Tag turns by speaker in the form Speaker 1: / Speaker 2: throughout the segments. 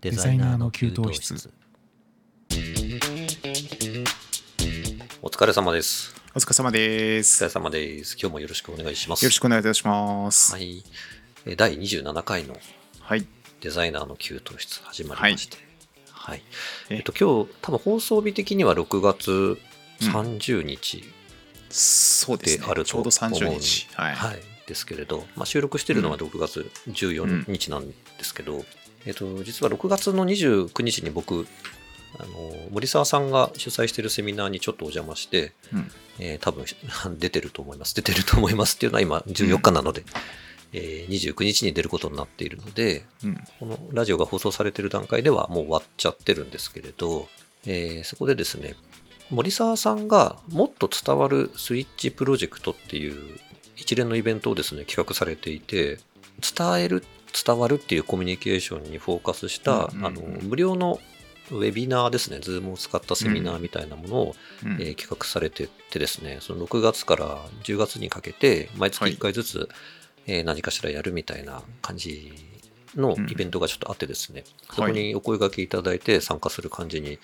Speaker 1: デザイナーの給湯室
Speaker 2: お疲れ様です。
Speaker 3: お疲れ様で
Speaker 2: お
Speaker 3: す。
Speaker 2: 疲
Speaker 3: よ
Speaker 2: れ様です。今日もよろしくお願いします。
Speaker 3: ろしくお願いいたします。
Speaker 2: は
Speaker 3: はい。
Speaker 2: い。えー第27回の
Speaker 3: はい。
Speaker 2: デザイナーの給湯室始まりまして。はい。
Speaker 3: え
Speaker 2: えっと、今日、多分放送日的には6月30日、
Speaker 3: そうですね。
Speaker 2: であると
Speaker 3: ちょうど30日。はい。
Speaker 2: はいですけれど、まあ、収録してるのは6月14日なんですけど、えっと、実は6月の29日に僕、あの森沢さんが主催しているセミナーにちょっとお邪魔して、
Speaker 3: うん
Speaker 2: えー多分 出てると思います。出てると思いますっていうのは今14日なので、えー29日に出ることになっているので、
Speaker 3: うん。
Speaker 2: このラジオが放送されている段階ではもう終わっちゃってるんですけれど、えーそこでですね、森沢さんがもっと伝わるスイッチプロジェクトっていう一連のイベントをですね、企画されていて、伝える、伝わるっていうコミュニケーションにフォーカスした、
Speaker 3: うんうんうん
Speaker 2: あの無料のウェビナーですね、ズームを使ったセミナーみたいなものを、
Speaker 3: うん
Speaker 2: えー企画されててですね、その6月から10月にかけて、毎月
Speaker 3: はい
Speaker 2: 1回ずつ、えー何かしらやるみたいな感じの
Speaker 3: うん
Speaker 2: イベントがちょっとあってですね、
Speaker 3: い
Speaker 2: そこにお声掛けいただいて参加する感じに、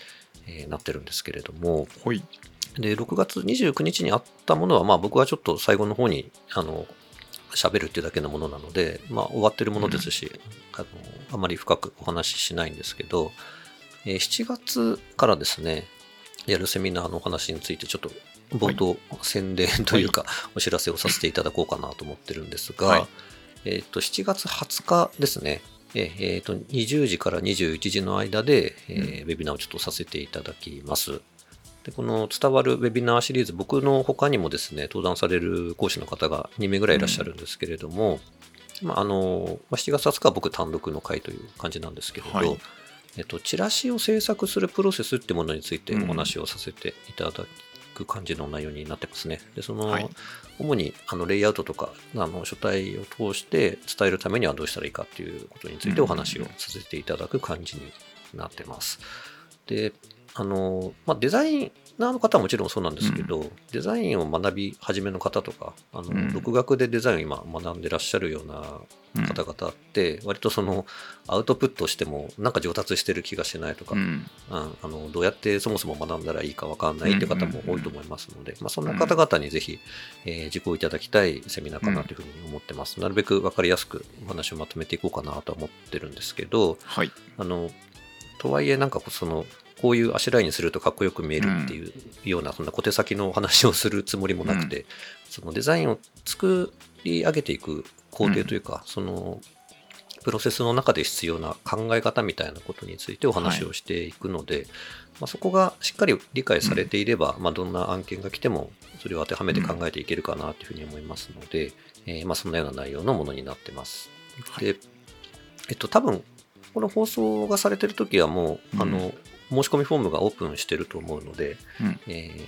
Speaker 2: えーなってるんですけれども、
Speaker 3: ほい。
Speaker 2: で、6月29日にあったものは、まあ僕はちょっと最後の方に、あの、喋るっていうだけのものなので、まあ終わってるものですし、あのあまり深くお話ししないんですけど、えー7月からですね、やるセミナーのお話についてちょっと冒頭宣伝というか、お知らせをさせていただこうかなと思ってるんですが、
Speaker 3: はい
Speaker 2: えっ、と、7月20日ですね、えーえーと、20時から21時の間で、えーウェビナーをちょっとさせていただきます。でこの伝わるウェビナーシリーズ、僕の他にもですね、登壇される講師の方が2名ぐらいいらっしゃるんですけれども、まああのまあ7月20日は僕単独の会という感じなんですけれど、
Speaker 3: はい
Speaker 2: えっと、チラシを制作するプロセスってものについてお話をさせていただく感じの内容になってますね。でその、
Speaker 3: はい
Speaker 2: 主にあのレイアウトとかあの書体を通して伝えるためにはどうしたらいいかっていうことについてお話をさせていただく感じになってます。であの、まあ、デザイナーの方はもちろんそうなんですけど、デザインを学び始めの方とかあの、
Speaker 3: うん
Speaker 2: 独学でデザインを今学んでらっしゃるような
Speaker 3: うん
Speaker 2: 方々って割とそのアウトプットしてもなんか上達してる気がしないとか、
Speaker 3: うん。
Speaker 2: うんあのどうやってそもそも学んだらいいか分かんないって方も多いと思いますので、まあ、そんな方々にぜひ、えー受講いただきたいセミナーかなというふうに思ってます。なるべく分かりやすくお話をまとめていこうかなとは思ってるんですけど、
Speaker 3: はい。
Speaker 2: あのとはいえなんかこうそのこういうあしらいにするとかっこよく見えるっていうような、そんな小手先のお話をするつもりもなくて、そのデザインを作り上げていく工程というか、そのプロセスの中で必要な考え方みたいなことについてお話をしていくので、まあ、そこがしっかり理解されていれば、まあ、どんな案件が来てもそれを当てはめて考えていけるかなというふうに思いますので、えーまあ、そんなような内容のものになってます。で、えっと、多分この放送がされてる時はもう、
Speaker 3: うん
Speaker 2: あの申し込みフォームがオープンしてると思うので、
Speaker 3: うん
Speaker 2: えー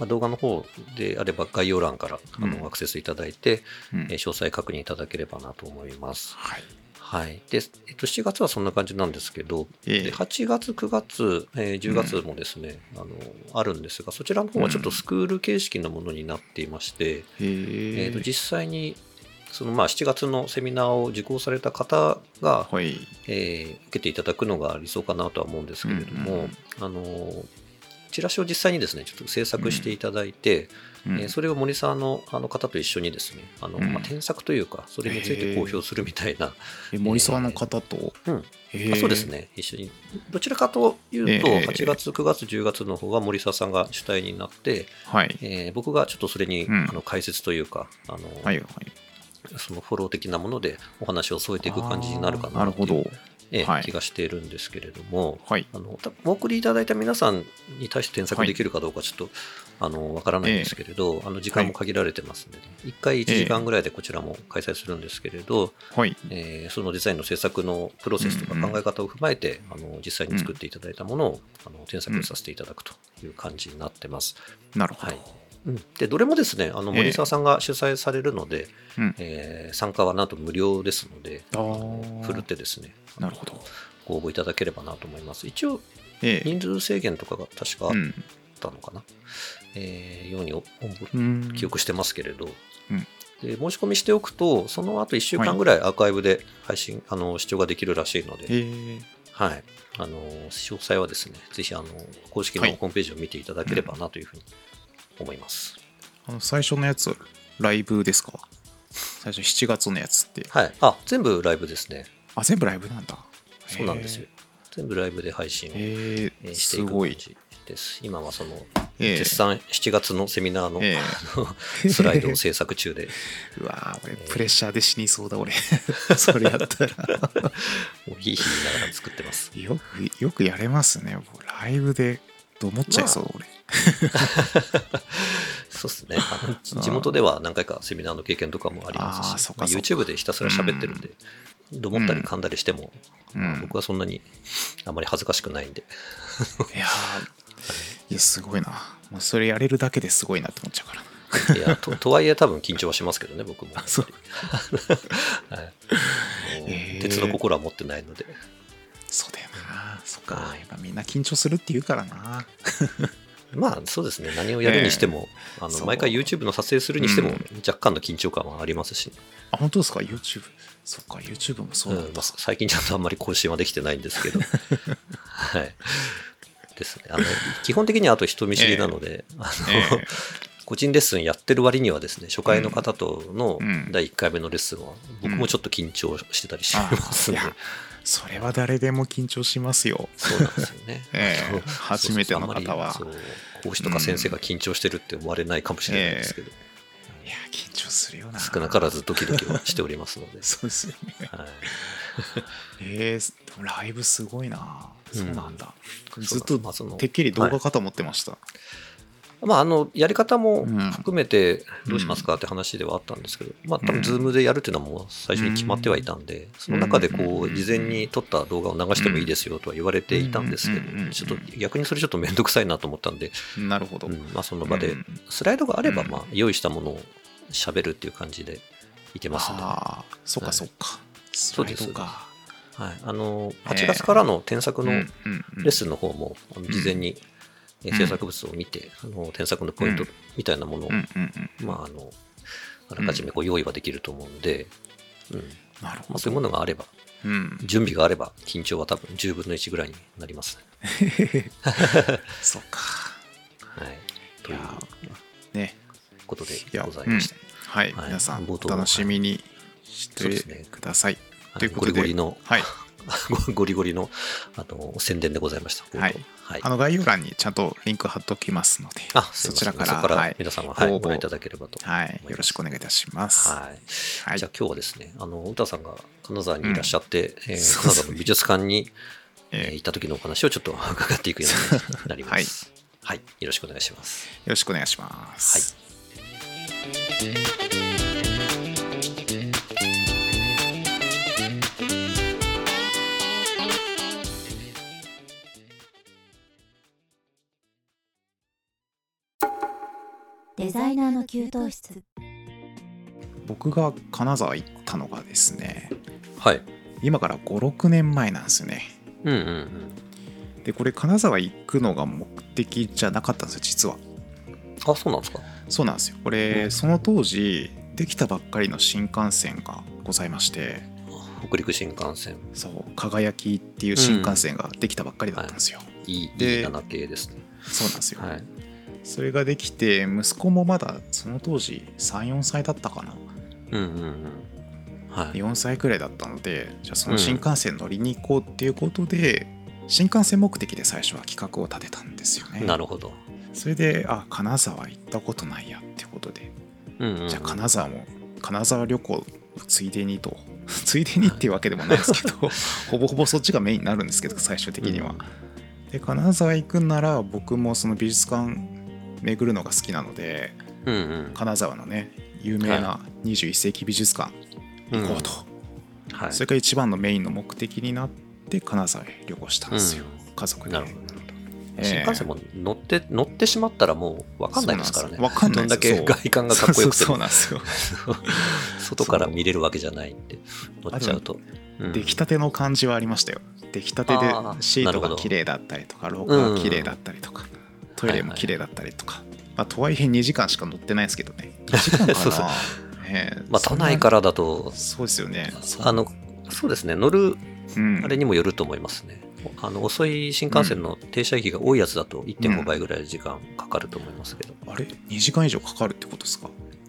Speaker 2: まあ、動画の方であれば概要欄からあの、
Speaker 3: うん
Speaker 2: アクセスいただいて、
Speaker 3: うん
Speaker 2: えー詳細確認いただければなと思います。
Speaker 3: はい。
Speaker 2: はい。で、えっと、7月はそんな感じなんですけど、
Speaker 3: ええ
Speaker 2: で8月、9月、えー10月もですね、あの、あるんですが、そちらの方はちょっとスクール形式のものになっていまして、
Speaker 3: え
Speaker 2: え
Speaker 3: ー
Speaker 2: ーと、実際に、そのまあ7月のセミナーを受講された方が、
Speaker 3: はい。
Speaker 2: えー受けていただくのが理想かなとは思うんですけれども、
Speaker 3: うんうんうん
Speaker 2: あのーチラシを実際にですねちょっと制作していただいて、
Speaker 3: うん
Speaker 2: えーそれを森さんのあの方と一緒にですねあの、
Speaker 3: うん
Speaker 2: まあ、添削というかそれについて公表するみたいな、
Speaker 3: え森沢の方と。
Speaker 2: うん
Speaker 3: えー
Speaker 2: あそうです。ね一緒にどちらかというと、
Speaker 3: ええ
Speaker 2: 8月9月10月の方は森沢さんが主体になって、
Speaker 3: はい。
Speaker 2: えー僕がちょっとそれに、
Speaker 3: うん
Speaker 2: あの解説というかあの、
Speaker 3: はいはい。
Speaker 2: そのフォロー的なものでお話を添えていく感じになるか
Speaker 3: あーな
Speaker 2: な
Speaker 3: る
Speaker 2: ってい
Speaker 3: ほ
Speaker 2: う
Speaker 3: ど。
Speaker 2: ええ
Speaker 3: はい
Speaker 2: 気がしているんですけれども、
Speaker 3: はい。
Speaker 2: あのたお送りいただいた皆さんに対して添削できるかどうかちょっと、あのわからないんですけれど、あの時間も限られてますので、1回1時間ぐらいでこちらも開催するんですけれど、
Speaker 3: はい。
Speaker 2: えーそのデザインの制作のプロセスとか
Speaker 3: うんうん
Speaker 2: 考え方を踏まえて、あの実際に作っていただいたものを、あの添削させていただくという感じになってます。
Speaker 3: なるほ
Speaker 2: は
Speaker 3: ど
Speaker 2: い。うん、でどれもですねあの
Speaker 3: ええ
Speaker 2: 森澤さんが主催されるので、
Speaker 3: うん
Speaker 2: えー参加はなんと無料ですので、
Speaker 3: あー
Speaker 2: ふるってですね、
Speaker 3: なるほど。
Speaker 2: ご応募いただければなと思います。一応、
Speaker 3: ええ
Speaker 2: 人数制限とかが確かあっ
Speaker 3: うん
Speaker 2: たのかな、えーようにお
Speaker 3: う
Speaker 2: お
Speaker 3: ん。
Speaker 2: 記憶してますけれど、
Speaker 3: うん
Speaker 2: で、申し込みしておくと、その後1週間ぐらいアーカイブで配信、あの視聴ができるらしいので、
Speaker 3: えー
Speaker 2: はい。あの、詳細はですね、ぜひ、あの、公式の
Speaker 3: はい
Speaker 2: ホームページを見ていただければなというふうに思います。
Speaker 3: あの最初のやつ、ライブですか最初7月のやつって。
Speaker 2: はい。あ、全部ライブですね。
Speaker 3: あ、全部ライブなんだ。
Speaker 2: そうなんですよ。全部ライブで配信を
Speaker 3: へー。え
Speaker 2: えー
Speaker 3: ー、
Speaker 2: して
Speaker 3: す
Speaker 2: いく
Speaker 3: ご
Speaker 2: 感
Speaker 3: い。
Speaker 2: じです。今はその、
Speaker 3: え
Speaker 2: 絶賛7月のセミナーの、
Speaker 3: ええ
Speaker 2: あのスライドを制作中で、
Speaker 3: ーうわー俺、プレッシャーで死にそうだ、俺。 それやったら。
Speaker 2: もうひいひい言いながら作ってます。
Speaker 3: よく、よくやれますね。もうライブで、と思っちゃいそう、俺。
Speaker 2: そうですね。あの地元では何回かセミナーの経験とかもありま
Speaker 3: あー
Speaker 2: すし
Speaker 3: そ、っ
Speaker 2: ま
Speaker 3: か
Speaker 2: あ
Speaker 3: そっか
Speaker 2: YouTube でひたすら喋ってるんで、どもったり噛んだりしても、
Speaker 3: うん
Speaker 2: 僕はそんなにあまり恥ずかしくないんで、
Speaker 3: いやーいや、すごいな。もうそれやれるだけですごいなって思っちゃうからな。
Speaker 2: いやととはいえ多分緊張はしますけどね、僕も。
Speaker 3: そう
Speaker 2: はい、もう
Speaker 3: へー
Speaker 2: 鉄の心は持ってないので。
Speaker 3: そうだよな。そっか。やっぱみんな緊張するって言うからな。
Speaker 2: まあそうですね、何をやるにしても、あ
Speaker 3: そ
Speaker 2: の
Speaker 3: う
Speaker 2: 毎回 YouTube の撮影するにしても
Speaker 3: うん、
Speaker 2: 若干の緊張感はありますし、
Speaker 3: あ、本当ですか ?YouTube。そっか、YouTube もそう
Speaker 2: う
Speaker 3: なんん
Speaker 2: ま
Speaker 3: だ
Speaker 2: あ、。最近ちゃんとあんまり更新はできてないんです けど、はい。ですね、あの基本的にはあと人見知りなので、あの
Speaker 3: ええ
Speaker 2: 個人レッスンやってる割にはですね、初回の方との
Speaker 3: うん
Speaker 2: 第1回目のレッスンは、僕もちょっと緊張してたりし
Speaker 3: あ
Speaker 2: ます
Speaker 3: い
Speaker 2: ね。
Speaker 3: や、それは誰でも緊張しますよ。。
Speaker 2: そうなんですよね
Speaker 3: ええ
Speaker 2: そう
Speaker 3: 初めての方は
Speaker 2: そうそうあんまりそう講師とか先生が緊張してるって思われないかもしれないですけど、
Speaker 3: いや、緊張するよな。。
Speaker 2: 少なからずドキドキはしておりますので
Speaker 3: そうですよね。
Speaker 2: はい、
Speaker 3: えー、でもライブすごいな。そうなんだ。
Speaker 2: うん
Speaker 3: ずっ
Speaker 2: そ
Speaker 3: と
Speaker 2: うだまあその
Speaker 3: てっきり動画かと思ってました。
Speaker 2: まあ、あのやり方も
Speaker 3: うん
Speaker 2: 含めてどうしますかって話ではあったんですけど、まあ、多分 Zoom でやるっていうのはもう最初に決まってはいたんで、その中でこう事前に撮った動画を流してもいいですよとは言われていたんですけ
Speaker 3: うん
Speaker 2: ど、ちょっと逆にそれちょっと面倒くさいなと思ったんで、
Speaker 3: なるほど。
Speaker 2: うんまあ、その場で
Speaker 3: うん
Speaker 2: スライドがあれば
Speaker 3: うん
Speaker 2: まあ用意したものをしゃべるっていう感じでいけますね。は
Speaker 3: ああ、そっ
Speaker 2: は
Speaker 3: か
Speaker 2: い
Speaker 3: そっか。ス
Speaker 2: そう
Speaker 3: ライ
Speaker 2: です
Speaker 3: ドか。
Speaker 2: い、あの
Speaker 3: ええ
Speaker 2: 8月からの添削のレ
Speaker 3: うんうん
Speaker 2: ッスンの方もあの事前にえ
Speaker 3: うん
Speaker 2: 制作物を見て、あの添削のポイントみたいなものを
Speaker 3: うんうんうん
Speaker 2: まあ、あの、あらかじめこう用意はできると思うんで、うん。
Speaker 3: なる
Speaker 2: ま
Speaker 3: ほ
Speaker 2: あ、そう
Speaker 3: ど。
Speaker 2: いうものがあれば、
Speaker 3: うん、
Speaker 2: 準備があれば、緊張は多分10分の1ぐらいになります。
Speaker 3: そっか。
Speaker 2: はい。
Speaker 3: い
Speaker 2: という
Speaker 3: やーね、
Speaker 2: ことで
Speaker 3: いや
Speaker 2: ございました。
Speaker 3: うんはい、
Speaker 2: はい
Speaker 3: 皆さん
Speaker 2: 冒
Speaker 3: お
Speaker 2: 頭
Speaker 3: 楽しみにし
Speaker 2: そうです
Speaker 3: て
Speaker 2: ね
Speaker 3: ください。
Speaker 2: あの
Speaker 3: ということで、
Speaker 2: ゴリゴリの
Speaker 3: はい、
Speaker 2: ゴリゴリのあの宣伝でございました。
Speaker 3: はい
Speaker 2: はい
Speaker 3: あ。の概要欄にちゃんとリンク貼っときますので、
Speaker 2: あ、すい
Speaker 3: そ
Speaker 2: ま
Speaker 3: ち
Speaker 2: せん
Speaker 3: ら
Speaker 2: そこ
Speaker 3: か
Speaker 2: からら
Speaker 3: はい
Speaker 2: 皆さんは、はい
Speaker 3: 応募
Speaker 2: ご覧いただければと。
Speaker 3: はい、よろしくお願いいたします。
Speaker 2: はい。
Speaker 3: はい
Speaker 2: じゃあ今日はですね、あの、歌さんが金沢にいらっしゃって、えー金
Speaker 3: そうですね
Speaker 2: 沢の美術館に、え
Speaker 3: え
Speaker 2: ー
Speaker 3: ー
Speaker 2: 行った時のお話をちょっと伺っていくようになります。はい、よろしくお願いします。
Speaker 3: よろしくお願いします。
Speaker 4: デザイナーの給湯室
Speaker 3: 僕が金沢行ったのがですね、
Speaker 2: はい。
Speaker 3: 今から5、6年前なんですよね。
Speaker 2: うんうんうん。
Speaker 3: で、これ金沢行くのが目的じゃなかったんですよ、実は。
Speaker 2: あ、そうなんですか。
Speaker 3: そうなんですよ。これ、その当時、できたばっかりの新幹線がございまして、
Speaker 2: 北陸新幹線、
Speaker 3: そう、輝きっていう新幹線ができたばっかりだったんですよ。
Speaker 2: E-
Speaker 3: で
Speaker 2: E7 系ですね。
Speaker 3: そうなんですよ。
Speaker 2: はい。
Speaker 3: それができて、息子もまだその当時3、4歳だったかな。
Speaker 2: うんうんうん。はい。
Speaker 3: 4歳くらいだったので、じゃあその新幹線乗りに行こうっていうことで、新幹線目的で最初は企画を立てたんですよね。
Speaker 2: なるほど。
Speaker 3: それで、あ、金沢行ったことないやってことで、
Speaker 2: うんうんうん、
Speaker 3: じゃあ金沢も金沢旅行ついでにと ついでにっていうわけでもないですけ どほぼほぼそっちがメインになるんですけど最終的には、で金沢行くなら僕もその美術館巡るのが好きなので
Speaker 2: うんうん。
Speaker 3: 金沢のね有名な21世紀美術館行こうと、
Speaker 2: うん。はい。
Speaker 3: それが一番のメインの目的になって金沢へ旅行したんですよ、家族で
Speaker 2: なるほど。なるほど
Speaker 3: ええ
Speaker 2: 新幹線も乗って乗ってしまったらもう分かんないですからね。
Speaker 3: そうなんですよわかんないですよ
Speaker 2: どんだけ外観がかっこよくて
Speaker 3: そうそうそう
Speaker 2: も
Speaker 3: なんですよ
Speaker 2: 外から見れるわけじゃないんで乗っちゃうと。うん
Speaker 3: 出来たての感じはありましたよ出来たてで
Speaker 2: あー
Speaker 3: シート
Speaker 2: なるほ
Speaker 3: が
Speaker 2: ど
Speaker 3: 綺麗だったりとか廊下が綺麗だったりとか、トイレも綺麗だったりとか、まあ、とはいえ2時間しか乗ってないですけどね2時間か な
Speaker 2: そうそう
Speaker 3: ねえ
Speaker 2: まあ都内かららだと
Speaker 3: そうですよね
Speaker 2: あのそうですね乗る
Speaker 3: うん
Speaker 2: あれにもよると思いますね。あの遅い新幹線の停車駅が多いやつだと1.5倍ぐらい時間かかると思いますけど、
Speaker 3: あれ ?2 時間以上かかるってことですか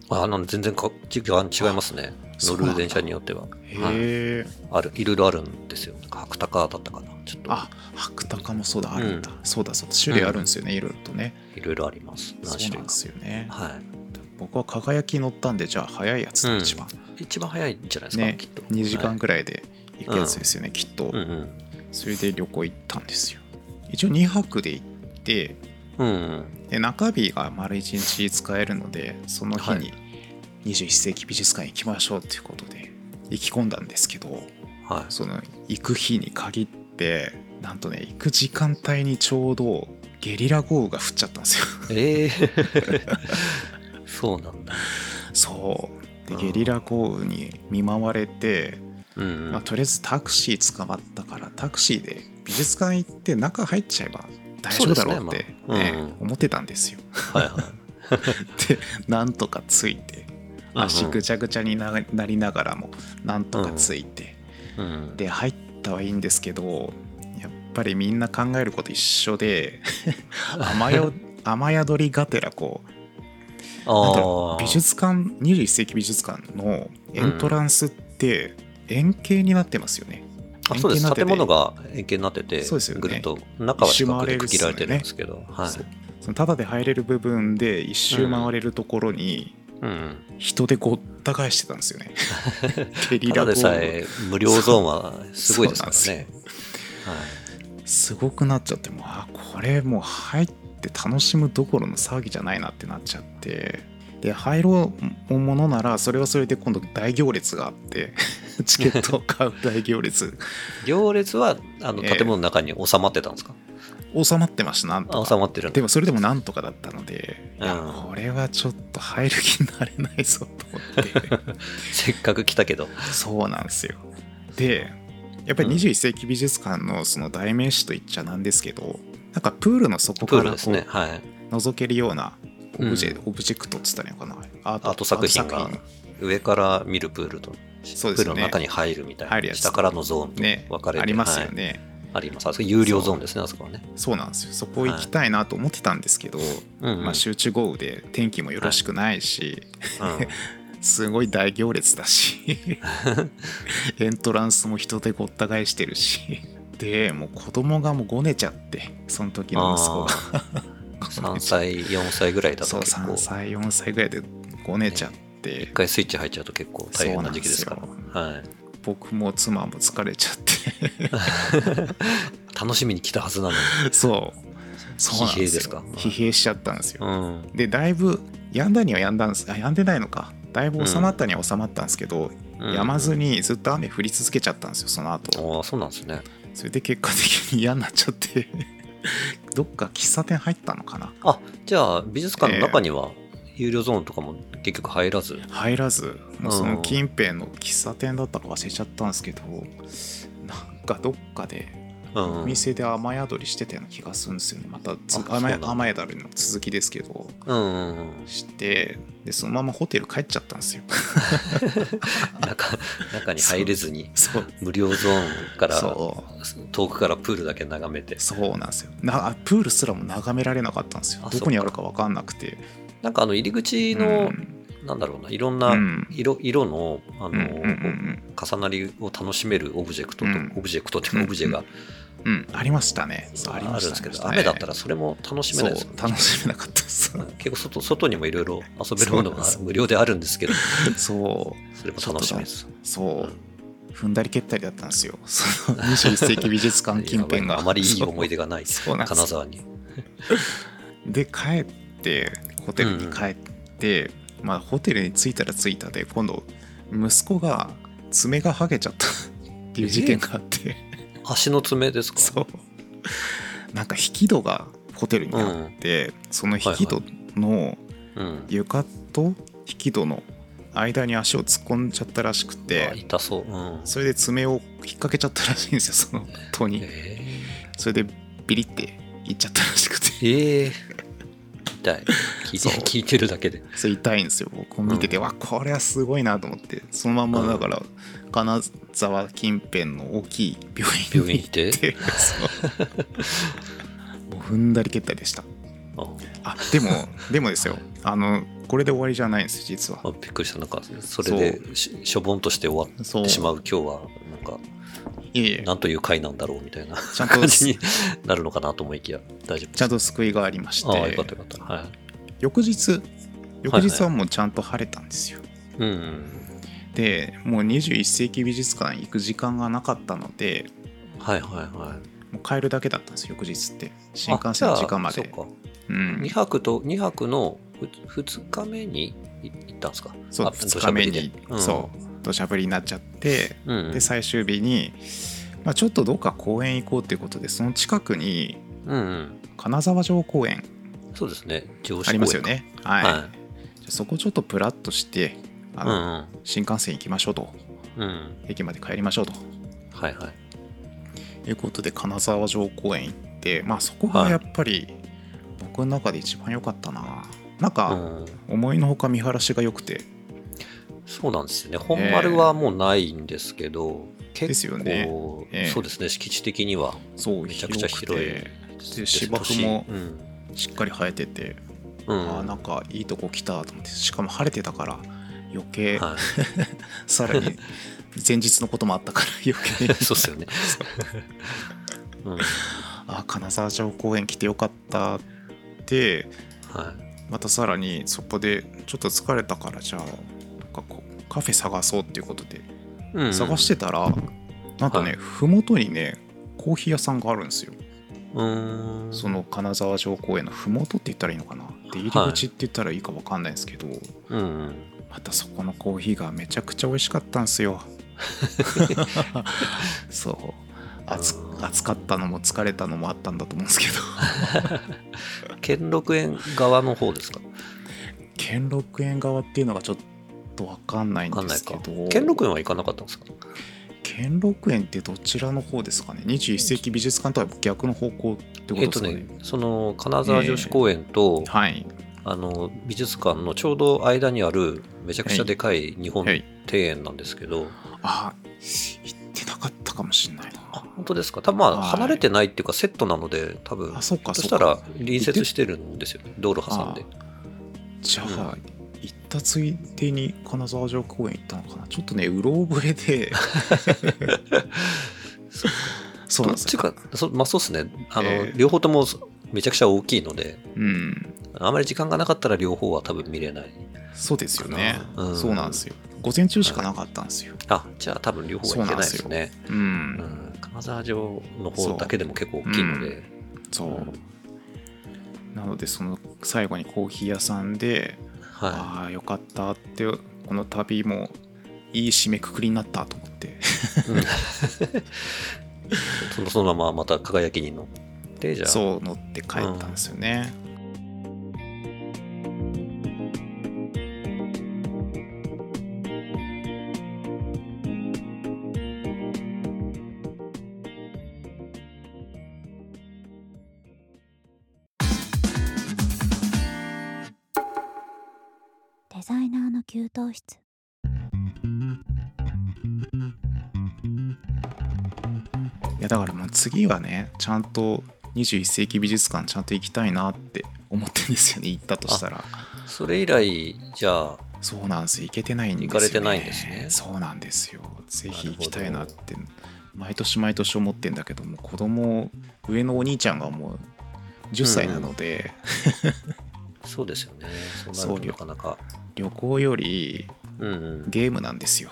Speaker 2: あなんで全然か時間違いますね
Speaker 3: そう
Speaker 2: 乗
Speaker 3: なんだ
Speaker 2: る電車によっては、はい、
Speaker 3: へえ。
Speaker 2: あるいろいろあるんですよなんか白鷹だったかなちょっと
Speaker 3: あ、白鷹もそうだ、あるんだ。そうだ、そうだ。種類あるんですよね、いろいろとね。
Speaker 2: いろいろあります何
Speaker 3: そう
Speaker 2: 種
Speaker 3: なん
Speaker 2: 類
Speaker 3: で
Speaker 2: か
Speaker 3: すよね。
Speaker 2: は
Speaker 3: 僕は輝き乗ったんで、じゃあ早いやつが一番。
Speaker 2: い一番早いんじゃないですか、
Speaker 3: ね
Speaker 2: きっと、
Speaker 3: 2時
Speaker 2: は
Speaker 3: 間
Speaker 2: い
Speaker 3: くらいで行くやつですよね、きっと
Speaker 2: う。ん
Speaker 3: それで旅行行ったんですよ。一応2泊で行って、
Speaker 2: うんうん
Speaker 3: で中日が丸1日使えるので、その日
Speaker 2: は
Speaker 3: に21世紀美術館行きましょうということで、行き込んだんですけど、
Speaker 2: はい
Speaker 3: その行く日に限ってなんとね行く時間帯にちょうどゲリラ豪雨が降っちゃったんです よ
Speaker 2: ええ そうなんだ
Speaker 3: そうで
Speaker 2: あー
Speaker 3: ゲリラ豪雨に見舞われて、
Speaker 2: うんうん、
Speaker 3: まあ、とりあえずタクシー捕まったからタクシーで美術館行って中入っちゃえば大丈夫だろうって、ね
Speaker 2: そうですねまあうん
Speaker 3: 思ってたんですよ
Speaker 2: はいはい
Speaker 3: でなんとかついて
Speaker 2: うんうん
Speaker 3: 足ぐちゃぐちゃにななりながらもなんとかついて、
Speaker 2: うん、
Speaker 3: で入ったはいいんですけどやっぱりみんな考えること一 緒で雨よ雨宿りがてらこう
Speaker 2: あ
Speaker 3: なんだろ
Speaker 2: ー
Speaker 3: う美術館21世紀美術館のエントランスって円形になってますよね、
Speaker 2: あそうです
Speaker 3: 円形になってて
Speaker 2: 建物が円形になってて
Speaker 3: そうですよね
Speaker 2: ぐるっと中は四角で区切られてるんですけどはい
Speaker 3: そうそのただで入れる部分で一周回れるところに
Speaker 2: うん、
Speaker 3: 人でごった返してたんですよね ゲリ
Speaker 2: た
Speaker 3: ラ
Speaker 2: だ
Speaker 3: 豪
Speaker 2: でさ
Speaker 3: 雨
Speaker 2: え無料ゾーンはすごいですからね
Speaker 3: すごくなっちゃってもうあこれもう入って楽しむどころの騒ぎじゃないなってなっちゃってで入ろうものならそれはそれで今度大行列があって チケットを買う大行列
Speaker 2: はい、行列はあの
Speaker 3: ええ
Speaker 2: 建物の中に収まってたんですか、
Speaker 3: 収まってましたなんと
Speaker 2: あ
Speaker 3: か
Speaker 2: 収まってるんだ
Speaker 3: でもそれでもなんとかだったので、いや
Speaker 2: うん
Speaker 3: これはちょっと入る気になれないぞと 思って
Speaker 2: せっかく来たけど
Speaker 3: そうなんですよでやっぱり21世紀美術館のその代名詞といっちゃなんですけどなんかプールの底
Speaker 2: プ
Speaker 3: か
Speaker 2: ール
Speaker 3: らこ
Speaker 2: です
Speaker 3: う、
Speaker 2: ねはい
Speaker 3: 覗けるようなオブジェ,、
Speaker 2: う
Speaker 3: オブジェクトっつったらいいのかなアー
Speaker 2: アート作品が
Speaker 3: アート作
Speaker 2: 上から見るプールと、
Speaker 3: そうで
Speaker 2: プー
Speaker 3: す
Speaker 2: ル
Speaker 3: よね
Speaker 2: の中に入るみたいな
Speaker 3: 入るやつ
Speaker 2: 下からのゾーンと
Speaker 3: ね
Speaker 2: 分かれて
Speaker 3: ありますよね、
Speaker 2: はいありますあそこ有料ゾーンですねあそこはね
Speaker 3: そうなんですよそこ行きたいなと思ってたんですけど、
Speaker 2: うんうん
Speaker 3: まあ、集中豪雨で天気もよろしくないし、
Speaker 2: うん
Speaker 3: すごい大行列 だしエントランスも人でごった返してるしでもう子供がもうごねちゃってその時の息子が
Speaker 2: あー3歳4歳 ぐらいだと
Speaker 3: そう
Speaker 2: 結構
Speaker 3: 3歳4歳ぐらいでごねちゃって
Speaker 2: 一回スイッチ入っちゃうと結構大変な時期ですから
Speaker 3: そうなん
Speaker 2: はい、
Speaker 3: 僕も妻も疲れちゃって
Speaker 2: 楽しみに来たはずなの に
Speaker 3: そう。そうなん
Speaker 2: 疲弊ですか
Speaker 3: 疲弊しちゃったんですよ。
Speaker 2: うん
Speaker 3: で、だいぶ、やんだにはやんだんです。あ、やんでないのか。だいぶ収まったには収まったんですけど、
Speaker 2: うん
Speaker 3: やまずにずっと雨降り続けちゃったんですよ、その後。
Speaker 2: ああそうなんですね
Speaker 3: それで結果的に嫌になっちゃって、 どっか喫茶店入ったのかな。
Speaker 2: あじゃあ美術館の中には有料ゾーンとかも結局入らず、
Speaker 3: 入らず、もうそ
Speaker 2: うん
Speaker 3: の近辺の喫茶店だったか忘れちゃったんですけど、なんかどっかで、
Speaker 2: うん
Speaker 3: お店で雨宿りしてたような気がするんですよね。またつ
Speaker 2: あそう
Speaker 3: 雨
Speaker 2: なんだ
Speaker 3: 雨宿りの続きですけど。
Speaker 2: うんうんうん
Speaker 3: してでそのままホテル帰っちゃったん ですよ
Speaker 2: 中中に入れず に
Speaker 3: そう
Speaker 2: 無料ゾーンから
Speaker 3: そ
Speaker 2: 遠くからプールだけ眺めて
Speaker 3: うそうなんですよなあプールすらも眺められなかったんですよ
Speaker 2: あ
Speaker 3: どこにあるか分かんなくて
Speaker 2: なんかあの入り口
Speaker 3: う
Speaker 2: の、
Speaker 3: ん
Speaker 2: なんだろうないろん
Speaker 3: う
Speaker 2: なん色色のあの、
Speaker 3: うんうんうん
Speaker 2: 重なりを楽しめるオブジェクトと、
Speaker 3: うん
Speaker 2: オブジェクトっていうかオブジェが
Speaker 3: うんうんありましたねそう
Speaker 2: あ
Speaker 3: あり
Speaker 2: るん
Speaker 3: ま
Speaker 2: で
Speaker 3: した
Speaker 2: すけど、
Speaker 3: あり
Speaker 2: 雨
Speaker 3: ました
Speaker 2: だったらそれも楽しめない
Speaker 3: ね
Speaker 2: です
Speaker 3: そ
Speaker 2: よね
Speaker 3: う楽しめなかっ たです
Speaker 2: うん結構外外にもいろいろ遊べるものが無料であるんですけど、
Speaker 3: そう
Speaker 2: それも楽しみです。
Speaker 3: そう踏んだり蹴ったりだったんですよ その21世紀美術館近辺が
Speaker 2: あまりいい思い出がない、
Speaker 3: そうなんです
Speaker 2: 金沢に。
Speaker 3: で帰ってホテルに帰って、まあホテルに着いたら着いたで今度息子が爪が剥げちゃったっていう事件があって、
Speaker 2: 足の爪ですか
Speaker 3: そうなんか引き戸がホテルにあって、その引き戸の
Speaker 2: うん。
Speaker 3: 床と引き戸の間に足を突っ込んじゃったらしくて、
Speaker 2: あ痛そう。うん。
Speaker 3: それで爪を引っ掛けちゃったらしいんですよその戸に
Speaker 2: え
Speaker 3: それでビリっていっちゃったらしくて
Speaker 2: ー、えー痛い聞いて
Speaker 3: そう
Speaker 2: 聞いてるだけで
Speaker 3: それ痛いんですよ僕見てて、わこれはすごいなと思ってそのまんまだから、金沢近辺の大きい病院
Speaker 2: 病
Speaker 3: に
Speaker 2: 院行
Speaker 3: 行
Speaker 2: っ
Speaker 3: っててそう もう踏んだり蹴ったりでした
Speaker 2: あ
Speaker 3: あでもでもですよあのこれで終わりじゃないんです実は
Speaker 2: あびっくりしたなんかそれでししょぼんとして終わ
Speaker 3: そ
Speaker 2: っ
Speaker 3: う
Speaker 2: てしまう今日はなんか
Speaker 3: いえいえ
Speaker 2: なんという回なんだろうみたいな
Speaker 3: ちゃんと
Speaker 2: 感じになるのかなと思いきや大丈夫
Speaker 3: ちゃんと救いがありまし
Speaker 2: ああよかってたよかったはい
Speaker 3: 翌日翌日はもうちゃんと晴れたんですよ、
Speaker 2: うん
Speaker 3: でもう21世紀美術館行く時間がなかったので
Speaker 2: うんはいはいはい
Speaker 3: もう帰るだけだったんですよ翌日って新幹線の時間ま
Speaker 2: あ
Speaker 3: で
Speaker 2: じゃあそうか
Speaker 3: うん
Speaker 2: 2泊と2泊の2日目にい行ったんですか
Speaker 3: そう
Speaker 2: あ
Speaker 3: 2日目
Speaker 2: 土砂降り
Speaker 3: に、
Speaker 2: でうん
Speaker 3: そう土砂降りになっちゃって、
Speaker 2: うん
Speaker 3: で最終日に、まあ、ちょっとどっか公園行こうっていうことでその近くに
Speaker 2: うんうん
Speaker 3: 金沢城公園
Speaker 2: そうですね上司
Speaker 3: ありますよねはい、
Speaker 2: は
Speaker 3: じゃあそこちょっとプラッとしてあ
Speaker 2: いうん
Speaker 3: の、新幹線行きましょうと
Speaker 2: うんうん
Speaker 3: 駅まで帰りましょうと
Speaker 2: はいはい
Speaker 3: いうことで金沢城公園行ってまあそこがやっぱり僕の中で一番良かったななん
Speaker 2: う
Speaker 3: か
Speaker 2: ん
Speaker 3: 思いのほか見晴らしが良くて
Speaker 2: そうなんですよね本丸はもうないんですけど、
Speaker 3: です
Speaker 2: 結
Speaker 3: よ
Speaker 2: 構、
Speaker 3: ねええ
Speaker 2: そうですね敷地的には
Speaker 3: そう
Speaker 2: めちゃくちゃ広い
Speaker 3: 広くて
Speaker 2: です
Speaker 3: で芝生も
Speaker 2: 都心
Speaker 3: しっかり生えてて
Speaker 2: うん、うん
Speaker 3: あーなんかいいとこ来たと思ってしかも晴れてたから余計、
Speaker 2: は
Speaker 3: さらに前日のこともあったから 余計
Speaker 2: い、 そうですよね、うんはい、
Speaker 3: あー金沢城公園来てよかったってまたさらにそこでちょっと疲れたからじゃあなんかこうカフェ探そうっていうことで
Speaker 2: うんうん
Speaker 3: 探してたら、なんかね、
Speaker 2: はい
Speaker 3: 麓にねコーヒー屋さんがあるんですよ
Speaker 2: うーん
Speaker 3: その金沢城公園の麓って言ったらいいのかなで入り口って言ったらいいか分かんないですけど、
Speaker 2: うんうん
Speaker 3: またそこのコーヒーがめちゃくちゃ美味しかったんで すよそう暑
Speaker 2: うん
Speaker 3: 暑かったのも疲れたのもあったんだと思うんですけど
Speaker 2: 兼六園側の方ですか
Speaker 3: 兼六園側っていうのがちょっと分かんないん
Speaker 2: わかん
Speaker 3: で
Speaker 2: ない
Speaker 3: すけ
Speaker 2: か
Speaker 3: ど
Speaker 2: 兼六園は行かなかったんですか
Speaker 3: 兼六園ってどちらの方ですかね21世紀美術館とは逆の方向ってこと
Speaker 2: えっ
Speaker 3: です
Speaker 2: と
Speaker 3: かね,、
Speaker 2: ねその金沢女子公園と、
Speaker 3: はい
Speaker 2: あの美術館のちょうど間にあるめちゃくちゃでかい日本
Speaker 3: はい
Speaker 2: 庭園なんですけど、
Speaker 3: あ行ってなかったかもしれない
Speaker 2: あ
Speaker 3: な
Speaker 2: 本当ですか多分まあ
Speaker 3: はい
Speaker 2: 離れてないっていうかセットなので多分
Speaker 3: あそっか
Speaker 2: そし
Speaker 3: そったから
Speaker 2: 隣接してるんですよね道路挟んで
Speaker 3: じゃあ、行ったついでに金沢城公園行ったのかなちょっとねうろ覚え でそ
Speaker 2: ど
Speaker 3: うな
Speaker 2: っ
Speaker 3: んです
Speaker 2: ち
Speaker 3: よ
Speaker 2: かそまあそうですねあの、
Speaker 3: ええ
Speaker 2: 両方ともめちゃくちゃ大きいので
Speaker 3: うん
Speaker 2: あまり時間がなかったら両方は多分見れない
Speaker 3: そうですよね、
Speaker 2: かなうん
Speaker 3: そうなんですよ午前中しかなかったんですよ、
Speaker 2: あじゃあ多分両方は行けないですね
Speaker 3: うん、
Speaker 2: うん金沢城の方だけでも結構大きいので
Speaker 3: そううんなのでその最後にコーヒー屋さんで、
Speaker 2: は
Speaker 3: ああよかったってこの旅もいい締めくくりになったと思って
Speaker 2: い、うんそのそのまままた輝きに乗ってじゃあ
Speaker 3: そう乗って帰ったんですよね、
Speaker 4: デザイナーの給湯室
Speaker 3: いやだからもう次はねちゃんと21世紀美術館ちゃんと行きたいなって思ってるんですよね行ったとしたら
Speaker 2: それ以来じゃあ
Speaker 3: そうなんですよ行けてないんですよ、ね、
Speaker 2: 行かれてないんですね
Speaker 3: そうなんですよぜひ行きたいな
Speaker 2: な
Speaker 3: って毎年毎年思ってんだけども子供上のお兄ちゃんがもう10歳なので、
Speaker 2: そうですよねそ
Speaker 3: そうう
Speaker 2: なるとなかなか
Speaker 3: 旅行より
Speaker 2: うんうん、
Speaker 3: ゲームなんですよ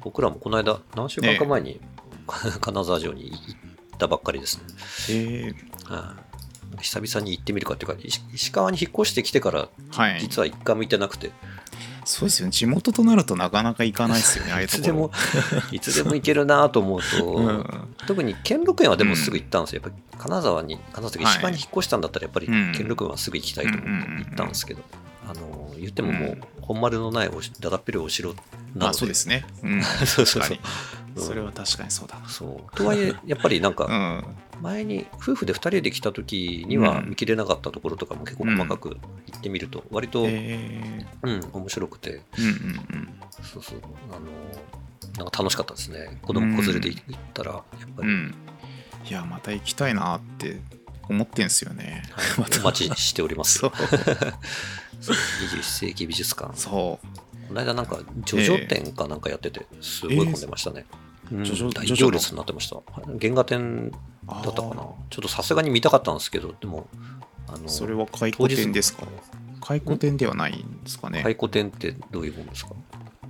Speaker 2: 僕らもこの間何週間か前に 金沢城に行ったばっかりですね、
Speaker 3: えー
Speaker 2: はい久々に行ってみるかっていうか石石川に引っ越してきてから
Speaker 3: はい
Speaker 2: 実は一回も行ってなくて、
Speaker 3: そうですよね地元となるとなかなか行かないですよねああい
Speaker 2: いう
Speaker 3: と
Speaker 2: つ
Speaker 3: こ
Speaker 2: で
Speaker 3: ろ
Speaker 2: も いつでも行けるなと思うと、
Speaker 3: うん
Speaker 2: 特に兼六園はでもすぐ行ったんですよ、やっぱり金沢に金沢というか
Speaker 3: はい
Speaker 2: 石川に引っ越したんだったらやっぱり
Speaker 3: うん
Speaker 2: 兼六園はすぐ行きたいと思って行ったんですけど、あの言ってももう本丸のないおしだだっぺるお城なので、
Speaker 3: まあそうですねうん
Speaker 2: そうそうそ
Speaker 3: 確か
Speaker 2: う
Speaker 3: にそれは確かにそうだ
Speaker 2: そうとはいえやっぱりなんか
Speaker 3: うん
Speaker 2: 前に夫婦で2人で来た時に
Speaker 3: う
Speaker 2: は
Speaker 3: ん
Speaker 2: 見切れなかったところとかも結構細かく行ってみると割と、
Speaker 3: え
Speaker 2: うん、面白くて
Speaker 3: ー、うんうんうん
Speaker 2: そうそうあのなんか楽しかったですね子供子連れで行ったらやっぱ
Speaker 3: う
Speaker 2: り、
Speaker 3: ん、いやまた行きたいなって思ってんすよね
Speaker 2: はい
Speaker 3: また
Speaker 2: お待ちしております
Speaker 3: そ
Speaker 2: よ
Speaker 3: う
Speaker 2: そう21世紀美術館
Speaker 3: そう
Speaker 2: この間なんかジョジョ展かなんかやっててすごい混んでましたね、うん
Speaker 3: ジョジョ
Speaker 2: 大
Speaker 3: ジョジョ
Speaker 2: 行
Speaker 3: の
Speaker 2: 列になってました原画展だ
Speaker 3: あ
Speaker 2: ったかなち
Speaker 3: ー
Speaker 2: ょっとさすがに見たかったんですけどでもあの
Speaker 3: それは回顧展ですか回顧展ではないんですかね、
Speaker 2: 太鼓展ってどういうものですか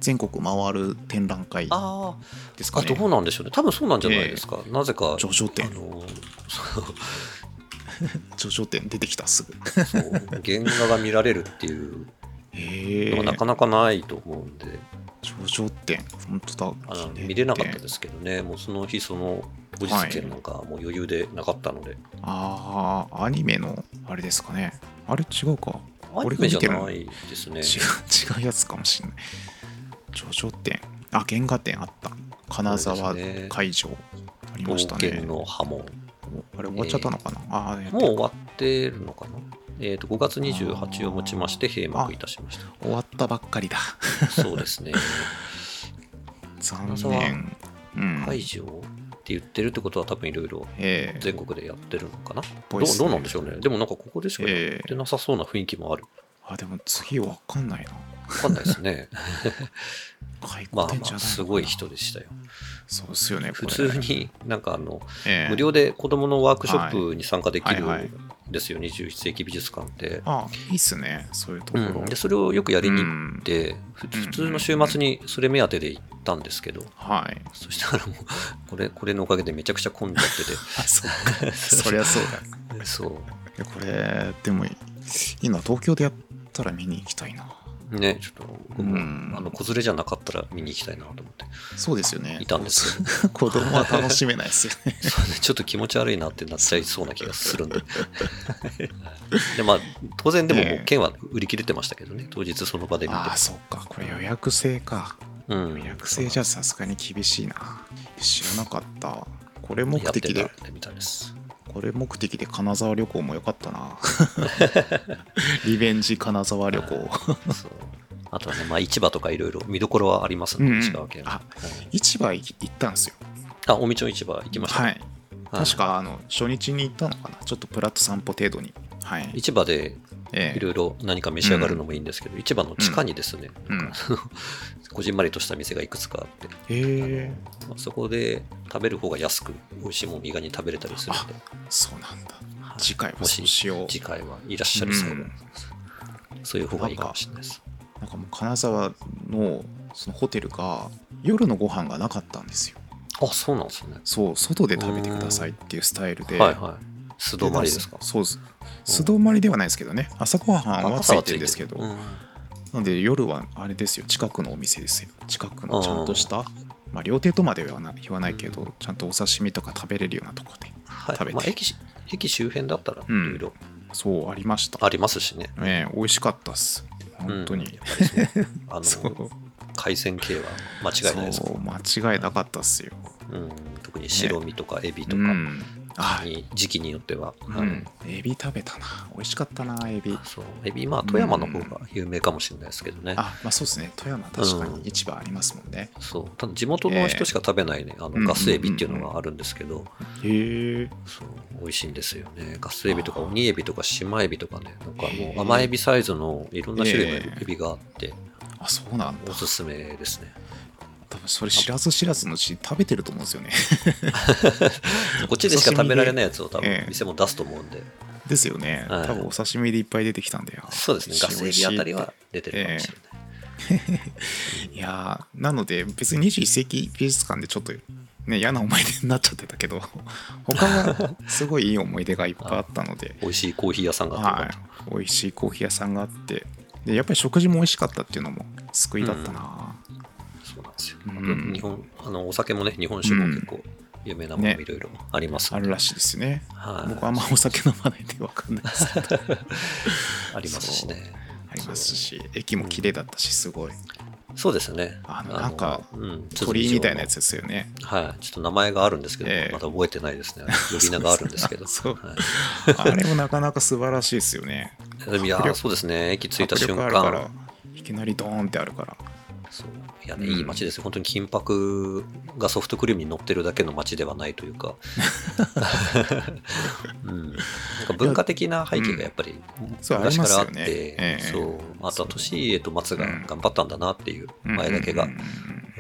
Speaker 3: 全国回る展覧会
Speaker 2: あ
Speaker 3: です
Speaker 2: あ
Speaker 3: か
Speaker 2: ど
Speaker 3: ね
Speaker 2: うなんでしょうね多分そうなんじゃないですか、なぜか
Speaker 3: ジョジョ展
Speaker 2: あの
Speaker 3: ジョジョ展出てきたすぐ
Speaker 2: そう原画が見られるっていう
Speaker 3: へ
Speaker 2: のが
Speaker 3: え
Speaker 2: なかなかないと思うんで、
Speaker 3: ジョジョ展本当だ
Speaker 2: あの
Speaker 3: 記念
Speaker 2: 見れなかった
Speaker 3: 展
Speaker 2: ですけどね、もうその日、その後日券なんかもう余裕でなかったので、
Speaker 3: ああアニメのあれですかねあれ違うか
Speaker 2: アニメじゃないですね。
Speaker 3: 違う違うやつかもしれない。ジョジョ展、あ、原画展あった。金沢会場、ありました
Speaker 2: 冒
Speaker 3: ね
Speaker 2: 険。の波紋。
Speaker 3: あれ終わっちゃったのかな、あー
Speaker 2: もう終わってるのかなえー、と5月28をもちまして閉幕いたしまし
Speaker 3: 終わったばっかりだ。
Speaker 2: た。そうですね。
Speaker 3: 残
Speaker 2: 沢
Speaker 3: 念。うん。
Speaker 2: 会場って言ってるってことは多分いろいろ
Speaker 3: えー
Speaker 2: 全国でやってるのかなど
Speaker 3: ぽ
Speaker 2: う
Speaker 3: いっすね
Speaker 2: どうなんでしょうね。でもなんかここでしかやってなさそうな雰囲気もある。
Speaker 3: あ、でも次わかんないな。
Speaker 2: わかんないです ね。
Speaker 3: 回
Speaker 2: ま
Speaker 3: 顧
Speaker 2: あ
Speaker 3: 展じゃないのかな、
Speaker 2: まあ、すごい人でしたよ。
Speaker 3: そうっすよね、こ
Speaker 2: 普
Speaker 3: れ
Speaker 2: 通、になんかあの、
Speaker 3: えー
Speaker 2: 無料で子どものワークショップに参加できる
Speaker 3: はいはい
Speaker 2: んですよ、21世紀美術館って。
Speaker 3: あ、いいっすね、そういうとこ
Speaker 2: う
Speaker 3: ろ。
Speaker 2: ん、でそれをよくやりに行って、ふ
Speaker 3: うん
Speaker 2: 普通の週末にそれ目当てで行ったんですけど、
Speaker 3: はい。
Speaker 2: そしたらもうこれ、これのおかげでめちゃくちゃ混んじゃっ
Speaker 3: あ、そう
Speaker 2: てて、
Speaker 3: そりゃそうだ。
Speaker 2: そ
Speaker 3: いやこれ、でも、今、東京でやったら見に行きたいな。
Speaker 2: う、ね、ちょっと僕も、
Speaker 3: うん
Speaker 2: あの子連れじゃなかったら見に行きたいなと思って、
Speaker 3: そうですよね。
Speaker 2: いたんですよ
Speaker 3: 子供は楽しめないですよ ね。
Speaker 2: そうねちょっと気持ち悪いなってなっちゃいそうな気がす るんで、でまあ、当然、でももう券は売り切れてましたけどね、当日その場で見て
Speaker 3: ああ、。そっか。これ予約制か。
Speaker 2: うん
Speaker 3: 予約制じゃさすがに厳しいな。知らなかった。これ目的
Speaker 2: や
Speaker 3: で
Speaker 2: っ、てたみたいです。
Speaker 3: これ目的で金沢旅行も良かった な。リベンジ金沢旅行。
Speaker 2: そうあとはね、まあ、市場とかいろいろ見どころはあります
Speaker 3: うんんう
Speaker 2: で、
Speaker 3: ん
Speaker 2: 石川県は
Speaker 3: あ市場行ったんですよ。
Speaker 2: あ、大道の市場行きました。
Speaker 3: はい。
Speaker 2: はい
Speaker 3: 確か、あの、初日に行ったのかな。ちょっとプラッと散歩程度に。はい。
Speaker 2: 市場で
Speaker 3: え
Speaker 2: いろいろ何か召し上がるのもいいんですけど、市場の地下にですね、
Speaker 3: うん
Speaker 2: なんかこじんまりとした店がいくつかあって、
Speaker 3: えへえ。
Speaker 2: まあ、そこで食べる方が安く、美味しいもん、意外に食べれたりするんで、
Speaker 3: そうなんだ。
Speaker 2: はい
Speaker 3: 次回は
Speaker 2: も
Speaker 3: そう
Speaker 2: し
Speaker 3: しよう。
Speaker 2: 次回はいらっしゃる際は、
Speaker 3: うん
Speaker 2: そういう方がいいかもしれないです。
Speaker 3: なんかもう金沢のそのホテルが夜のご飯がなかったんですよ。
Speaker 2: あ、そうなんですね。
Speaker 3: そう、外で食べてくださいっていうスタイルで。
Speaker 2: はいはい。素泊まりですか。
Speaker 3: そうです。素泊まりではないですけどね、朝ごはんはついてるんですけど、
Speaker 2: うん
Speaker 3: なので夜はあれですよ、近くのお店ですよ。近くのちゃんとした、まあ料亭とまではな言わないけど、ちゃんとお刺身とか食べれるようなとこで
Speaker 2: はい
Speaker 3: 食べて、
Speaker 2: まあ、駅し駅周辺だったらい
Speaker 3: うん
Speaker 2: ろいろ
Speaker 3: そう、ありました。
Speaker 2: ありますしね、
Speaker 3: ねえ、美味しかったっす。本当に。
Speaker 2: うんやっぱりそうあ
Speaker 3: そう
Speaker 2: の海鮮系は間違いないですか
Speaker 3: そう間違いなかったっすよ。
Speaker 2: ら、うん、特に白身とかエビと
Speaker 3: う
Speaker 2: か
Speaker 3: ん。あ、
Speaker 2: に時期によっては、
Speaker 3: う
Speaker 2: あの
Speaker 3: ん、エビ食べたな美味しかったなエビ
Speaker 2: そうエビまあ富山の方が有名かもしれないですけどね、
Speaker 3: あまあそうですね富山確か
Speaker 2: うん
Speaker 3: に市場ありますもんね、
Speaker 2: そうただ地元の人しか食べないね、あ
Speaker 3: うん
Speaker 2: のガスエビっていうのがあるんですけど、
Speaker 3: へえ
Speaker 2: そう美味しいんですよねガスエビとか鬼エビとか島エビとかねなんか
Speaker 3: へ
Speaker 2: も
Speaker 3: ー
Speaker 2: う甘エビサイズのいろんな種類のエビ
Speaker 3: へー
Speaker 2: エビがあって
Speaker 3: あそうなんだ
Speaker 2: おすすめです ね
Speaker 3: 多分それ知らず知らずのうちに食べてると思うんですよね
Speaker 2: こっちでしか食べられないやつを多
Speaker 3: え
Speaker 2: 分
Speaker 3: え
Speaker 2: 店も出すと思うんで、
Speaker 3: ですよね
Speaker 2: はい
Speaker 3: 多分お刺身でいっぱい出てきたんだよ
Speaker 2: そうですね、ガスエビあたりは出てるかもしれない。
Speaker 3: いやーなので別に21世紀美術館でちょっとね嫌な思い出になっちゃってた けど他はすごいいい思い出がいっぱいあった ので
Speaker 2: 美味しいコーヒー屋さんがあっ
Speaker 3: は
Speaker 2: て
Speaker 3: い美味しいコーヒー屋さんがあってでやっぱり食事も美味しかったっていうのも救いだったな、
Speaker 2: そうなんですよ。
Speaker 3: う
Speaker 2: あ
Speaker 3: ん
Speaker 2: と日本あのお酒もね、日本酒も結構有名なものもいろいろあります
Speaker 3: あ
Speaker 2: んで、
Speaker 3: るらしいですね
Speaker 2: はい
Speaker 3: 僕はあんまお酒飲まないんで分かんないです けど
Speaker 2: ありますしね。
Speaker 3: ありますし駅も綺麗だったしすごい
Speaker 2: そうですね。
Speaker 3: あのなんか
Speaker 2: あの、うん
Speaker 3: 鳥居みたいなやつ。
Speaker 2: 鼓
Speaker 3: ですよね。
Speaker 2: 状のはい。ちょっと名前があるんですけど、
Speaker 3: ええ
Speaker 2: まだ覚えてないですね。呼び名があるんですけど。
Speaker 3: そう
Speaker 2: はい
Speaker 3: あれもなかなか素晴らしいですよね。
Speaker 2: いや
Speaker 3: 迫力
Speaker 2: そうですね、駅着いた瞬
Speaker 3: 迫力ある
Speaker 2: 間、
Speaker 3: からいきなりドーンってあるから。
Speaker 2: そういや
Speaker 3: う
Speaker 2: ね、
Speaker 3: ん
Speaker 2: いい街ですよ、本当に金箔がソフトクリームに乗ってるだけの街ではないという か、うん、なんか文化的な背景がやっぱり
Speaker 3: そう
Speaker 2: 昔からあっ
Speaker 3: ありますよねえ
Speaker 2: て
Speaker 3: え、
Speaker 2: そう、また利家と松が
Speaker 3: うん
Speaker 2: 頑張ったんだなっていう、前だけ
Speaker 3: う
Speaker 2: が
Speaker 3: ん、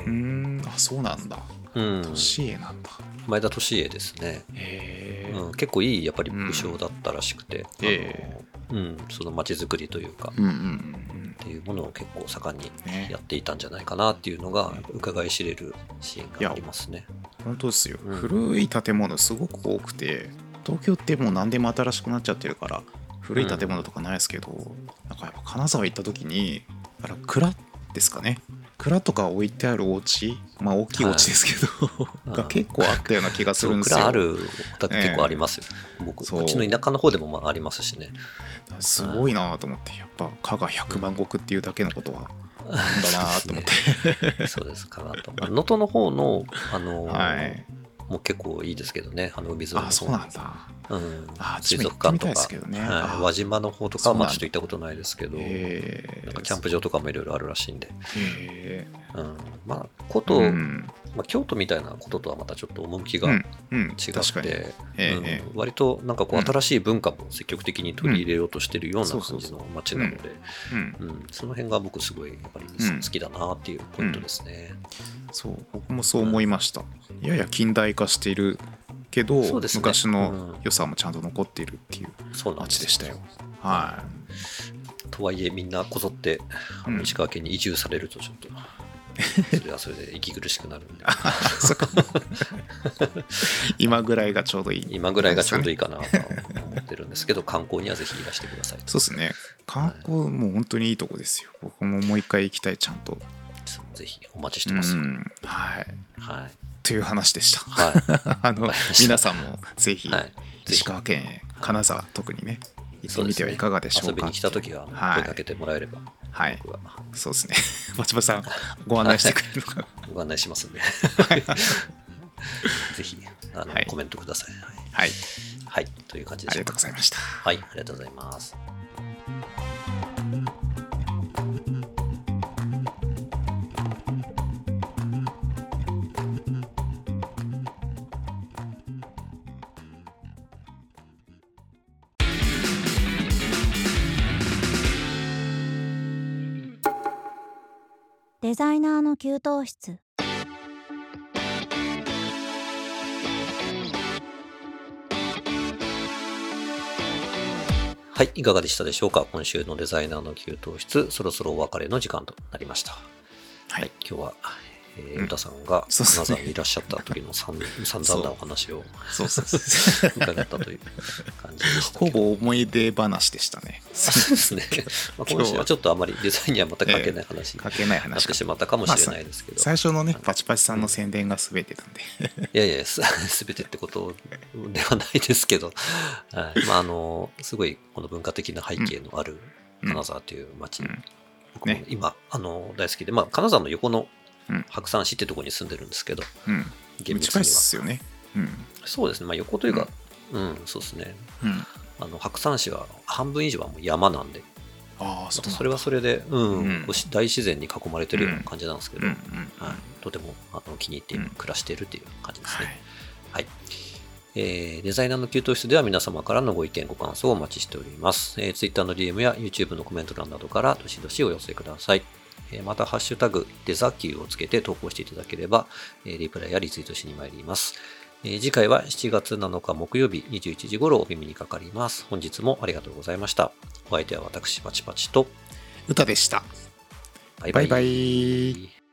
Speaker 3: うんあそうなんだ。
Speaker 2: うん、
Speaker 3: 年絵なんだ。
Speaker 2: 前田利家ですね、
Speaker 3: へえ。
Speaker 2: うん、結構いいやっぱり武将だったらしくて、
Speaker 3: え
Speaker 2: あのうん、その街づくりというか。
Speaker 3: うんうんうん
Speaker 2: っていうものを結構盛んに
Speaker 3: うん。ね
Speaker 2: やっていたんじゃないかなっていうのが伺い知れるシーンがありますね。
Speaker 3: 本当ですよ、
Speaker 2: うん
Speaker 3: 古い建物すごく多くて東京ってもう何でも新しくなっちゃってるから古い建物とかないですけど、なんかやっぱ金沢行った時にあら蔵ですかね蔵とか置いてあるお家まあ大きいお家ですけど、
Speaker 2: はい
Speaker 3: が結構あったような気がす
Speaker 2: そ
Speaker 3: るん
Speaker 2: う
Speaker 3: ですよ
Speaker 2: 蔵あるお宅結構ありますよ。僕
Speaker 3: そう
Speaker 2: うちの田舎の方でもまあありますしね。
Speaker 3: すごいなと思ってやっぱ加賀百万石っていうだけのことはなんだなと思って、
Speaker 2: そうですかなと。まあ能登の方のあの、
Speaker 3: はい
Speaker 2: もう結構いいですけどね。あの海沿いの方
Speaker 3: あそうなんだ
Speaker 2: うん
Speaker 3: あ
Speaker 2: 水族館と
Speaker 3: ちょっと行ってみたいで
Speaker 2: か
Speaker 3: すけどねあ
Speaker 2: はい、輪島の方とかはまあちょっと行ったことないですけど。
Speaker 3: へえ
Speaker 2: なんかキャンプ場とかもいろいろあるらしいんで、
Speaker 3: へえ
Speaker 2: うん、まあ古都、
Speaker 3: うん
Speaker 2: まあ、京都みたいなこととはまたちょっと趣
Speaker 3: う
Speaker 2: が
Speaker 3: んうん、
Speaker 2: 違
Speaker 3: 確
Speaker 2: っ
Speaker 3: か
Speaker 2: て、
Speaker 3: にええ
Speaker 2: うん
Speaker 3: ええ
Speaker 2: 割となんかこう
Speaker 3: うん
Speaker 2: 新しい文化も積極的に取り入れようとしてるよう
Speaker 3: そ
Speaker 2: な
Speaker 3: うそ
Speaker 2: 感
Speaker 3: う
Speaker 2: じ
Speaker 3: そう
Speaker 2: の街なので、
Speaker 3: うん
Speaker 2: うんその辺が僕すごいやっぱり
Speaker 3: うん
Speaker 2: 好きだなっていうポイントですね。
Speaker 3: そう僕もそう思いました、やや近代化しているけど、
Speaker 2: そうですね
Speaker 3: 昔
Speaker 2: う
Speaker 3: の
Speaker 2: ん
Speaker 3: 良さもちゃんと残っているっていう
Speaker 2: そうなんで
Speaker 3: 街
Speaker 2: す
Speaker 3: でしたよ、は
Speaker 2: とはいえみんなこぞってあ
Speaker 3: うん
Speaker 2: の石川県に移住されるとちょ っと。それはそれで息苦しくなるんで
Speaker 3: いそっか今ぐらいがちょうどいい
Speaker 2: 今ぐらいがちょうどいいかなとは思ってるんですけど観光にはぜひいらしてください
Speaker 3: そうですね観光もう本当にいいとこですよ僕ももう一回行きたいちゃんと
Speaker 2: ぜひお待ちしてます、
Speaker 3: うんはい
Speaker 2: はい、
Speaker 3: という話でした
Speaker 2: は
Speaker 3: あの
Speaker 2: わかりました
Speaker 3: 皆さんもぜひ
Speaker 2: いはい、ぜひ
Speaker 3: 石川県へ金沢特にね行って
Speaker 2: そうで
Speaker 3: み
Speaker 2: す
Speaker 3: て
Speaker 2: ね
Speaker 3: はいかがでしょう
Speaker 2: 遊
Speaker 3: か
Speaker 2: びに来た時はあ
Speaker 3: はい
Speaker 2: の声かけてもらえれば、
Speaker 3: はい
Speaker 2: 僕は
Speaker 3: そうですね 松葉さんご案内してくれるのか な
Speaker 2: ご案内しますんで、ぜひあの、
Speaker 3: はい
Speaker 2: コメントください。はい、
Speaker 3: はい
Speaker 2: はいという感じで
Speaker 3: あ
Speaker 2: し
Speaker 3: り
Speaker 2: ょ
Speaker 3: が
Speaker 2: う
Speaker 3: と
Speaker 2: か
Speaker 3: うございました。
Speaker 2: はい、ありがとうございます。
Speaker 4: デザイナーの給湯室
Speaker 2: はい、いかがでしたでしょうか今週のデザイナーの給湯室、そろそろお別れの時間となりました。
Speaker 3: はい
Speaker 2: はい、今日は、えー、
Speaker 3: うん
Speaker 2: 歌さんが
Speaker 3: そ
Speaker 2: 金
Speaker 3: うですね
Speaker 2: 沢にいらっしゃった時のさ ん散々なお話を
Speaker 3: そうそうそう
Speaker 2: 伺ったという感じでしたけ ど。
Speaker 3: ほぼ思い出話でしたね。
Speaker 2: そうですね。 まあ、今週はちょっとあまりデザインには全く関係ない話に
Speaker 3: かけな
Speaker 2: な
Speaker 3: い
Speaker 2: っ
Speaker 3: 話
Speaker 2: て
Speaker 3: か
Speaker 2: しまったかもしれないですけど。
Speaker 3: 最初のね、パチパチさんの宣伝が全てなんで。
Speaker 2: いやいや、す 全てってことではないですけど、はいまあ、あの、すごい、この文化的な背景のある
Speaker 3: うん
Speaker 2: 金沢という町、
Speaker 3: うん
Speaker 2: 僕も
Speaker 3: ね
Speaker 2: 今、あの、大好きで、まあ、金沢の横の
Speaker 3: うん
Speaker 2: 白山市ってとこに住んでるんですけど、
Speaker 3: うん。
Speaker 2: 厳密
Speaker 3: 近いっ
Speaker 2: には。
Speaker 3: すよね。うん。
Speaker 2: そうですね、まあ、横というか、うん、そうですね。
Speaker 3: うん。
Speaker 2: あの、白山市は半分以上はもう山なんで、
Speaker 3: ああ、そう
Speaker 2: それはそれで、うん、
Speaker 3: うん
Speaker 2: こうし大自然に囲まれてるような感じなんですけど、
Speaker 3: うんうん。
Speaker 2: はい、とてもあの気に入って
Speaker 3: うん
Speaker 2: 暮らしているという感じです
Speaker 3: は
Speaker 2: ね。
Speaker 3: い。
Speaker 2: はい。えーデザイナーの給湯室では皆様からのご意見、ご感想をお待ちしております。えー、Twitter の DM や YouTube のコメント欄などからどしどしお寄せください。えーまた、ハッシュタグ、デザキューをつけて投稿していただければ、えーリプライやリツイートしに参ります。えー次回は7月7日木曜日21時頃お耳にかかります。本日もありがとうございました。お相手は私、パチパチと、
Speaker 3: 歌でした。
Speaker 2: バイ
Speaker 3: バ
Speaker 2: バ
Speaker 3: イ
Speaker 2: イ。
Speaker 3: バイ。